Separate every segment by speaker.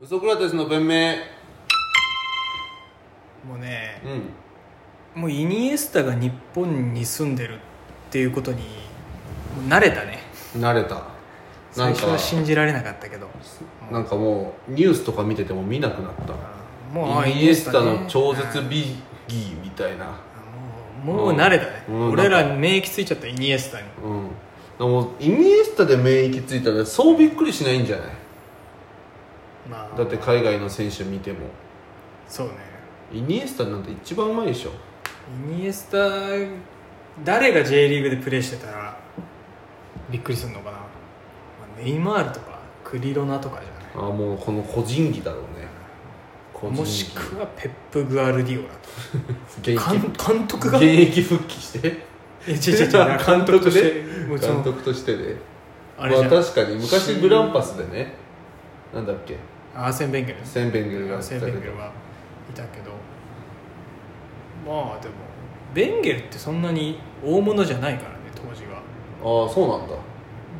Speaker 1: ウソクラテスの弁明
Speaker 2: もうね
Speaker 1: うん
Speaker 2: もうイニエスタが日本に住んでるっていうことにもう慣れたね
Speaker 1: 慣れたな
Speaker 2: 最
Speaker 1: ん
Speaker 2: 初は
Speaker 1: か
Speaker 2: 信じられなかったけど
Speaker 1: なんかもうニュースとか見てても見なくなった
Speaker 2: もうあ
Speaker 1: イニエスタ
Speaker 2: ね
Speaker 1: の超絶美技みたいな
Speaker 2: あもうもう慣れたね、
Speaker 1: うん
Speaker 2: 俺ら免疫ついちゃったイニエスタに
Speaker 1: うんでもイニエスタで免疫ついたらそうびっくりしないんじゃない
Speaker 2: まあ
Speaker 1: だって海外の選手見ても
Speaker 2: そうね
Speaker 1: イニエスタなんて一番うまいでしょ
Speaker 2: イニエスタ誰が J リーグでプレーしてたらびっくりするのかなまあネイマールとかクリロナとかじゃない
Speaker 1: ああもうこの個人技だろうね個人
Speaker 2: もしくはペップ・グアルディオラと
Speaker 1: 技現
Speaker 2: 監監督
Speaker 1: 役
Speaker 2: が
Speaker 1: 現役復帰して
Speaker 2: え違う違う違う監督としてもうそ
Speaker 1: 監
Speaker 2: の
Speaker 1: 督としてで、ね、
Speaker 2: あ
Speaker 1: ま
Speaker 2: れじ
Speaker 1: あ
Speaker 2: ゃん
Speaker 1: 確かに昔グランパスでねなんだっけ
Speaker 2: アーセン・ベンゲルね
Speaker 1: センベンゲル
Speaker 2: ア
Speaker 1: が
Speaker 2: ーセン・ベンゲルはいたけどまあでもベンゲルってそんなに大物じゃないからね当時は、
Speaker 1: ああそうなんだ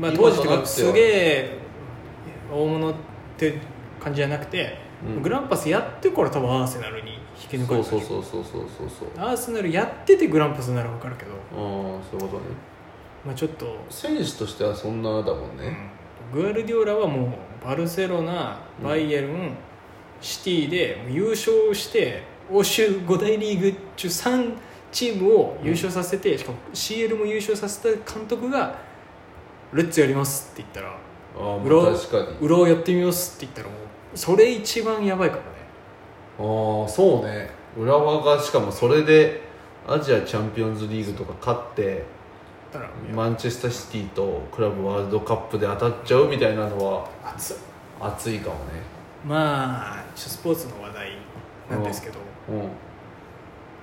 Speaker 2: まあ、
Speaker 1: 今
Speaker 2: 当時って
Speaker 1: となって
Speaker 2: か
Speaker 1: は
Speaker 2: すげえ大物って感じじゃなくて、
Speaker 1: うん
Speaker 2: グランパスやってから多分アーセナルに引き抜か
Speaker 1: そ
Speaker 2: れ
Speaker 1: うそう
Speaker 2: たでし
Speaker 1: そ
Speaker 2: ょ
Speaker 1: うそうそうそうそうあ
Speaker 2: アーセナルやっててグランパスなら分かるけど、
Speaker 1: あそういうことね
Speaker 2: まあ、ちょっと、
Speaker 1: 選手としてはそんなだもん
Speaker 2: うん
Speaker 1: ね、
Speaker 2: グアルディオラはもうバルセロナバイエルン、シティでもう優勝して欧州5大リーグ中3チームを優勝させて、しかも CL も優勝させた監督が「レッツやります」って言ったら
Speaker 1: ああ
Speaker 2: 裏
Speaker 1: ま
Speaker 2: を
Speaker 1: あ確かに
Speaker 2: 裏をやってみますって言ったらもうそれ一番やばいからね
Speaker 1: ああそうね浦和がしかもそれでアジアチャンピオンズリーグとか勝って
Speaker 2: だから
Speaker 1: マンチェスターシティとクラブワールドカップで当たっちゃうみたいなのは
Speaker 2: 熱い
Speaker 1: 熱いかもね
Speaker 2: まあちょっとスポーツの話題なんですけど、
Speaker 1: うん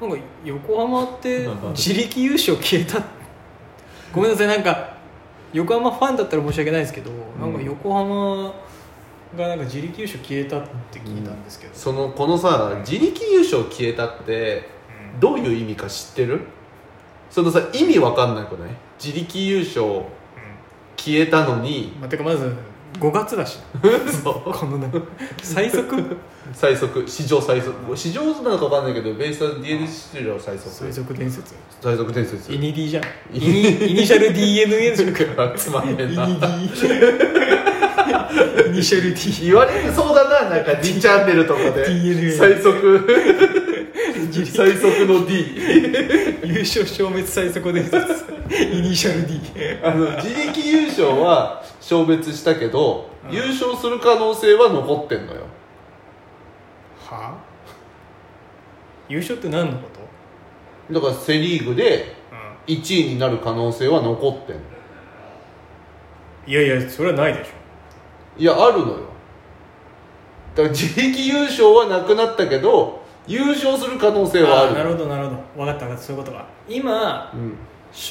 Speaker 2: なんか横浜って自力優勝消えたごめんなさいなんか横浜ファンだったら申し訳ないですけど、なんか横浜がなんか自力優勝消えたって聞いたんですけど、
Speaker 1: そのこのさ自力優勝消えたって
Speaker 2: うん
Speaker 1: どういう意味か知ってるそのさ意味わかんなくない自力優勝消えたのに
Speaker 2: まあ、てかまず5月だし
Speaker 1: そう
Speaker 2: このなんか最速
Speaker 1: 最速史上最速史上なのかわかんないけどベースは DNA 史上最速
Speaker 2: 最速伝説
Speaker 1: 最速伝説
Speaker 2: イニディじゃんイニイニシャル DNA でしょ
Speaker 1: つまんねえ
Speaker 2: イニデ
Speaker 1: な
Speaker 2: ィイニシャル D
Speaker 1: 言われてそうだななんか D チャンネルとかで
Speaker 2: DNA
Speaker 1: 最速
Speaker 2: 自力
Speaker 1: 最速の D
Speaker 2: 優勝消滅最速伝説イニシャル D
Speaker 1: あの自力優勝は消滅したけど、優勝する可能性は残ってんのよ
Speaker 2: は優勝って何のこと、
Speaker 1: だからセ・リーグで
Speaker 2: う
Speaker 1: 1位になる可能性は残ってんの
Speaker 2: ん、いやいやそれはないでしょ
Speaker 1: いやあるのよだから自力優勝はなくなったけど優勝する可能性はあ
Speaker 2: あ
Speaker 1: る
Speaker 2: なるほどなるほど分かった分かったそういうことか今
Speaker 1: うん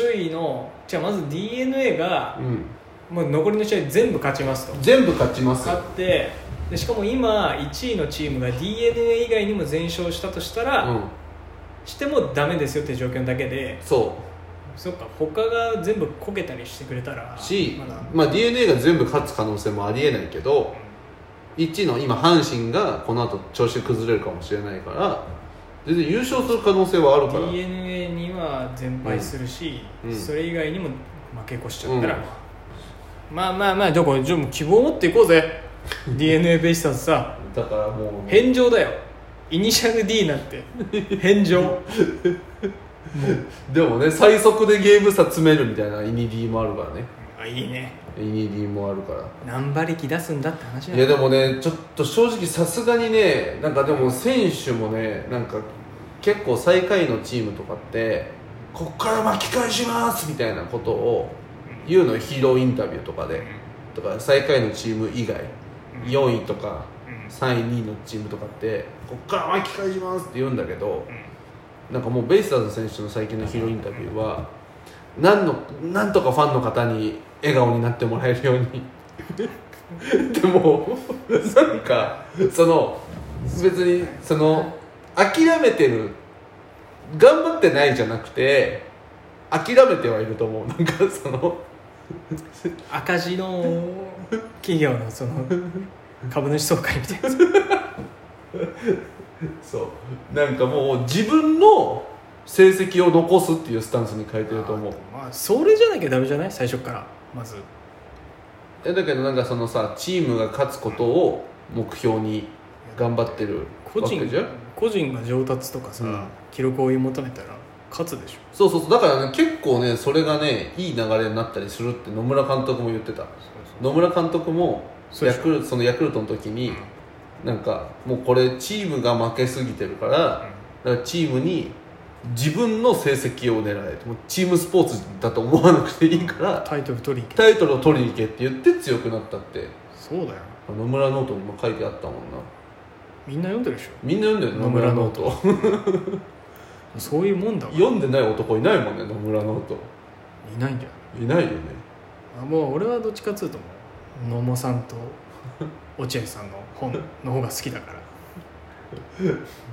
Speaker 2: 首位のじゃあまず d n a が
Speaker 1: うん
Speaker 2: もう残りの試合全部勝ちますと
Speaker 1: 全部勝ちます
Speaker 2: 勝ってでしかも今1位のチームが d n a 以外にも全勝したとしたら、
Speaker 1: うん
Speaker 2: してもダメですよっていう状況だけで
Speaker 1: そ
Speaker 2: そっか他が全部こけたりしてくれたら
Speaker 1: うし
Speaker 2: まだ、
Speaker 1: まあ、d n a が全部勝つ可能性もありえないけど1位の今阪神がこの後調子崩れるかもしれないから全然優勝する可能性はあるから
Speaker 2: d n a には全敗するし、
Speaker 1: うんうん
Speaker 2: それ以外にも負け越しちゃったら、まあまあまあじゃあこれじゃあもう希望を持っていこう ぜ d n a ベイスターズさ
Speaker 1: だからもう
Speaker 2: 返上だよイニシャル D なんて返上
Speaker 1: でもね最速でゲーム差詰めるみたいなイニディもあるからね
Speaker 2: あいいね
Speaker 1: イニディもあるから
Speaker 2: 何馬力出すんだって話だ
Speaker 1: いやでもねちょっと正直さすがにねなんかでも選手もねなんか結構最下位のチームとかってこっから巻き返しますみたいなことを言うのよヒーローインタビューとかでとか最下位のチーム以外
Speaker 2: うん
Speaker 1: 4位とか
Speaker 2: うん
Speaker 1: 3位2位のチームとかってこっから巻き返しますって言うんだけど
Speaker 2: うん
Speaker 1: なんかもうベイスターズ選手の最近のヒーローインタビューはなんのなんとかファンの方に笑顔になってもらえるようにでもなんかその別にその諦めてる頑張ってないじゃなくて諦めてはいると思うなんかその
Speaker 2: 赤字の企業のその株主総会みたいな
Speaker 1: そうなんかもう自分の成績を残すっていうスタンスに変えてると思う
Speaker 2: まあそれじゃなきゃダメじゃない最初からまず
Speaker 1: えだけどなんかそのさチームが勝つことを目標に頑張ってる
Speaker 2: 個
Speaker 1: わ
Speaker 2: 人
Speaker 1: けじゃん
Speaker 2: 個人が上達とかさ、
Speaker 1: うん
Speaker 2: 記録を追い求めたら勝つでしょ
Speaker 1: そうそうそうだからね結構ねそれがねいい流れになったりするって野村監督も言ってた野村監督も
Speaker 2: そう
Speaker 1: ヤ
Speaker 2: でしょ
Speaker 1: クルそのヤクルトの時になんかもうこれチームが負けすぎてるからだからチームに自分の成績を狙えもうチームスポーツだと思わなくていいから
Speaker 2: タイトル取りに行け
Speaker 1: タイトルを取りに行けって言って強くなったって
Speaker 2: そうだよ
Speaker 1: 野村ノートにも書いてあったもんな
Speaker 2: みんな読んでるでし
Speaker 1: みんな読んだよ野
Speaker 2: 野村
Speaker 1: 村ノ
Speaker 2: ノ
Speaker 1: ート
Speaker 2: ょそういうもんだわい
Speaker 1: 読んでない男いないもんね野村ノート
Speaker 2: ないんじゃ
Speaker 1: いないよね
Speaker 2: ないあもう俺はどっちかっつうともう野茂さんと落合さんの本の方が好きだから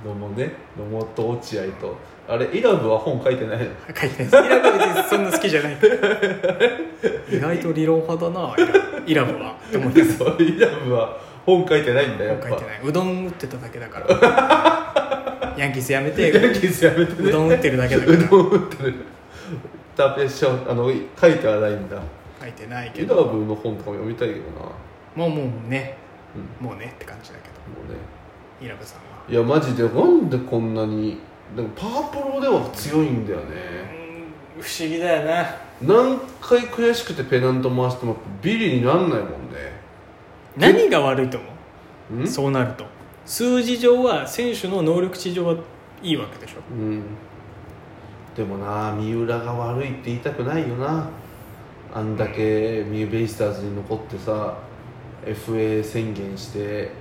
Speaker 1: 野茂ね野茂と落合とあれイラブは本書いてないの
Speaker 2: 書いてないですイラブ別にそんな好きじゃないから意外と理論派だなイライラブはって思って
Speaker 1: そうイラブは本書いてないんだよやっ
Speaker 2: 本
Speaker 1: ぱ
Speaker 2: 書いてないうどん打ってただけだからヤンキースやめ
Speaker 1: ヤン
Speaker 2: て
Speaker 1: キースやめて
Speaker 2: う
Speaker 1: ね
Speaker 2: どん打ってるだけだから
Speaker 1: うどん打ってるタペションあの書いてはないんだ
Speaker 2: 書いてないけ
Speaker 1: イラ
Speaker 2: ど
Speaker 1: ブの本とかも読みたいけどなも
Speaker 2: もうもうね、もうねって感じだけど
Speaker 1: うね
Speaker 2: イラブさんはい
Speaker 1: やマジでなんでこんなにでもパワプロでは強いんだよね
Speaker 2: 不思議だよな
Speaker 1: 何回悔しくてペナント回してもビリになんないもんね
Speaker 2: 何が悪いと思
Speaker 1: うん
Speaker 2: うそうなると数字上は選手の能力値上はいいわけでしょ
Speaker 1: うんでもな三浦が悪いって言いたくないよなあんだけ三浦ベイスターズに残ってさ FA 宣言して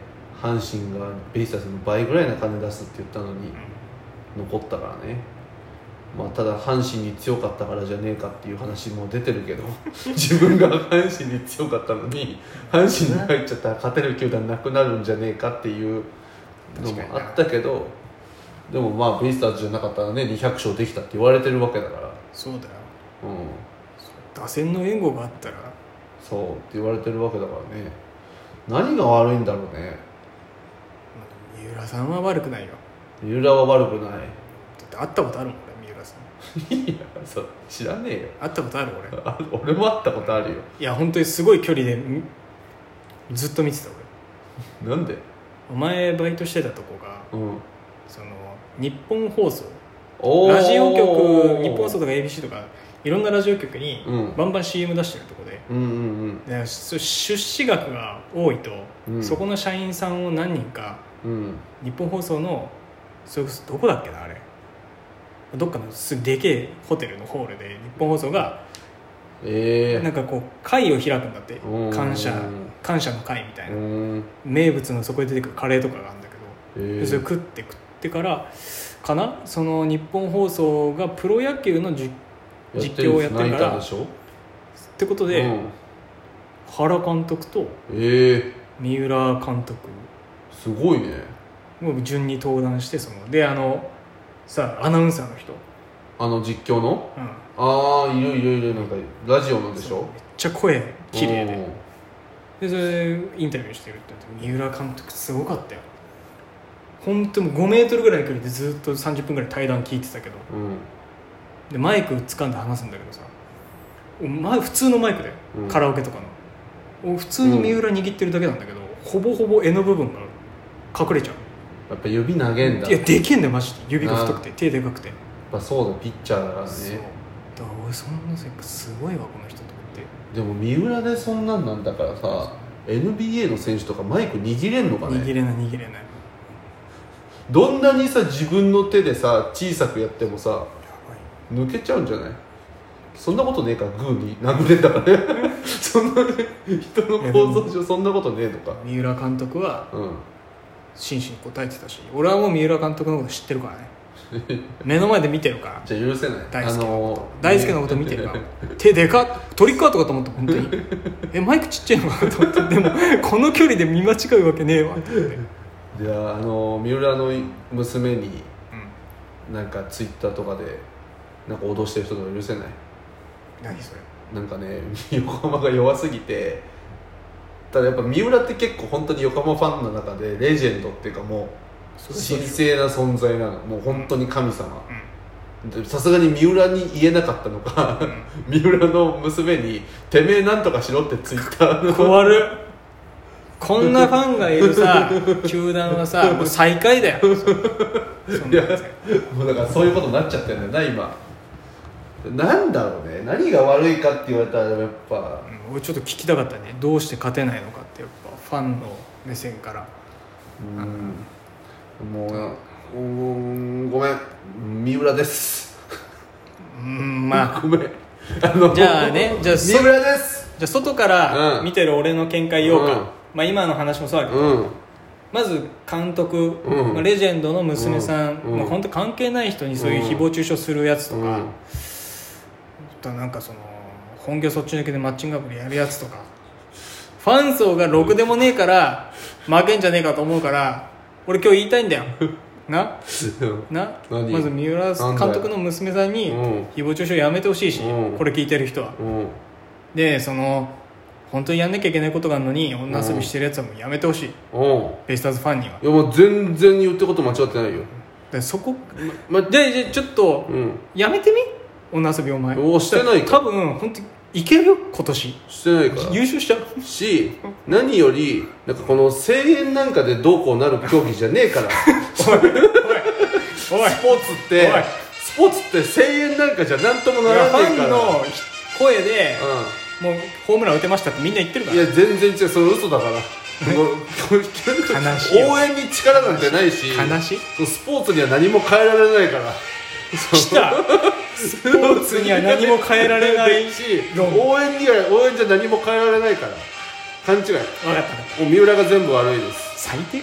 Speaker 1: 阪神がベイスターズの倍ぐらいの金出すって言ったのに残ったからねまあただ阪神に強かったからじゃねえかっていう話も出てるけど 自分が阪神に強かったのに阪神に入っちゃったら勝てる球団なくなるんじゃねえかっていうのもあったけどでもまあベイスターズじゃなかったらね200勝できたって言われてるわけだから
Speaker 2: そうだよ
Speaker 1: うん
Speaker 2: 打線の援護があったら
Speaker 1: そうって言われてるわけだからね何が悪いんだろうね
Speaker 2: 三浦さんは悪くないよ
Speaker 1: 三浦は悪くない
Speaker 2: だって会ったことあるもん俺三浦さん
Speaker 1: いやそう知らねえよ
Speaker 2: 会ったことある俺
Speaker 1: あ俺も会ったことあるよ
Speaker 2: いや本当にすごい距離でんずっと見てた俺
Speaker 1: なんで
Speaker 2: お前バイトしてたとこが
Speaker 1: うん
Speaker 2: その日本放送
Speaker 1: おー
Speaker 2: ラジオ局日本放送とか ABC とかいろんなラジオ局に
Speaker 1: うん
Speaker 2: バンバン CM 出してるとこで
Speaker 1: うんうんうん
Speaker 2: でそ出資額が多いと、
Speaker 1: うん
Speaker 2: そこの社員さんを何人か
Speaker 1: うん
Speaker 2: 日本放送のそれこそどこだっけなあれどっかのすでけえホテルのホールで日本放送が
Speaker 1: え
Speaker 2: なんかこう会を開くんだって
Speaker 1: うん
Speaker 2: 感謝感謝の会みた
Speaker 1: え
Speaker 2: い
Speaker 1: ー、う
Speaker 2: な
Speaker 1: ーん
Speaker 2: 名物のそこで出てくるカレーとかがあるんだけど
Speaker 1: え
Speaker 2: でそれ
Speaker 1: ー、
Speaker 2: 食って食ってからかなその日本放送がプロ野球のじっ実況をやってるから
Speaker 1: ナイターでしょ
Speaker 2: てことで、
Speaker 1: うん、
Speaker 2: 原監督と
Speaker 1: ええ
Speaker 2: 三浦監督
Speaker 1: ー、すごいね
Speaker 2: もう順に登壇してそのであのさアナウンサーの人、
Speaker 1: あの実況の
Speaker 2: うん、めっ
Speaker 1: ああいるいるいるなんかラジオのでしょ
Speaker 2: ちゃ声綺麗で
Speaker 1: うん
Speaker 2: でそれでインタビューしてるって言って三浦監督すごかったよ本当もう5メートルぐらいの距離でずっと30分ぐらい対談聞いてたけど
Speaker 1: うん
Speaker 2: でマイク掴んで話すんだけどさお前普通のマイクだよ、
Speaker 1: うん
Speaker 2: カラオケとかのお普通に三浦握ってるだけなんだけど、ほぼほぼ柄の部分が隠れちゃう
Speaker 1: やっぱ指投げんだ
Speaker 2: いや
Speaker 1: やっ
Speaker 2: でけんだよマジで指が太くて手でかくて、
Speaker 1: ぱそうだピッチャーだから
Speaker 2: そうだ
Speaker 1: ね
Speaker 2: から俺そんなせっかすごいわこの人と思って
Speaker 1: でも三浦でそんなんなんだからさ NBA の選手とかマイク握れんのか
Speaker 2: 握
Speaker 1: ね
Speaker 2: れない握れない
Speaker 1: どんなにさ自分の手でさ小さくやってもさ
Speaker 2: やばい
Speaker 1: 抜けちゃうんじゃないそんなことねえかグーに殴れたらねそんな人の構造上そんなことねえのか
Speaker 2: 三浦監督は
Speaker 1: うん
Speaker 2: 真摯に答えてたし俺はもう三浦監督のこと知ってるからね 目の前で見てるから
Speaker 1: じゃあ許せない
Speaker 2: 大輔
Speaker 1: のー
Speaker 2: 大輔のこと見てるから手でかっトリックアートかと思った本 当にえマイクちっちゃいのかなと思ってでもこの距離で見間違うわけねえわって思って、うん、
Speaker 1: じゃああのー三浦の娘になんかツイッターとかでなんか脅してる人とか許せない
Speaker 2: 何それ
Speaker 1: なんかね横浜が弱すぎてただやっぱ三浦って結構本当に横浜ファンの中でレジェンドっていうかもう
Speaker 2: そう
Speaker 1: 神
Speaker 2: でし
Speaker 1: 聖な存在なのもう本当に神様
Speaker 2: ょうん
Speaker 1: でさすがに三浦に言えなかったのか三浦の娘に「てめえなんとかしろ」ってツイッターの
Speaker 2: 壊るこんなファンがいるさ球団はさもう最下位だよそそん
Speaker 1: い
Speaker 2: な
Speaker 1: や
Speaker 2: やつ
Speaker 1: もうだからそういうことになっちゃってるんだよな今なんだろうね何が悪いかって言われたらやっぱ
Speaker 2: うん俺ちょっと聞きたかったねどうして勝てないのかってやっぱファンの目線から
Speaker 1: うんもううんごめん三浦です
Speaker 2: うんまあ
Speaker 1: ごめんあの
Speaker 2: じゃあねじゃあそ
Speaker 1: 三浦です
Speaker 2: じゃあ外から
Speaker 1: うん
Speaker 2: 見てる俺の見解言おうか、
Speaker 1: うん
Speaker 2: まあ、今の話もそうだけど、
Speaker 1: うん
Speaker 2: まず監督、
Speaker 1: うん
Speaker 2: まあ、レジェンドの娘さん、
Speaker 1: うん
Speaker 2: まあ、本当関係ない人にそういう誹謗中傷するやつとか、
Speaker 1: うん
Speaker 2: あとなんかその本業そっち抜けでマッチングアプリやるやつとかファン層がろくでもねえから負けんじゃねえかと思うから俺今日言いたいん だよなな
Speaker 1: 何
Speaker 2: まず三浦
Speaker 1: なんだよ
Speaker 2: 監督の娘さんに
Speaker 1: うん
Speaker 2: 誹謗中傷やめてほしいし
Speaker 1: うん
Speaker 2: これ聞いてる人は
Speaker 1: うん
Speaker 2: でその本当にやんなきゃいけないことがあるのに女遊びしてるやつはもうやめてほしい
Speaker 1: うん
Speaker 2: ベイスターズファンにはい
Speaker 1: やもう全然言ってこと間違ってないよ
Speaker 2: でそこ
Speaker 1: まま
Speaker 2: でじゃあちょっと
Speaker 1: うん
Speaker 2: やめてみ女遊びお前
Speaker 1: おしてないか
Speaker 2: 多分本当にいけるよ今年
Speaker 1: してないから
Speaker 2: 優勝しちゃう
Speaker 1: し何よりなんかこの声援なんかでどうこうなる競技じゃねえから
Speaker 2: おい
Speaker 1: スポーツって
Speaker 2: おい
Speaker 1: スポーツって声援なんかじゃ何とも
Speaker 2: フ
Speaker 1: ならねえか
Speaker 2: ァ
Speaker 1: ら
Speaker 2: ンの声で、
Speaker 1: うん
Speaker 2: もうホームラン打てましたってみんな言ってるか
Speaker 1: い
Speaker 2: ら
Speaker 1: や全然違うそれ嘘だから
Speaker 2: 悲しいよ
Speaker 1: 応援に力なんてないし
Speaker 2: 悲しい
Speaker 1: そうスポーツには何も変えられないから
Speaker 2: 来たスポーツには何も変えられない
Speaker 1: し
Speaker 2: 論
Speaker 1: 応援には応援じゃ何も変えられないから勘違い
Speaker 2: 分かった
Speaker 1: もう三浦が全部悪いです
Speaker 2: 最低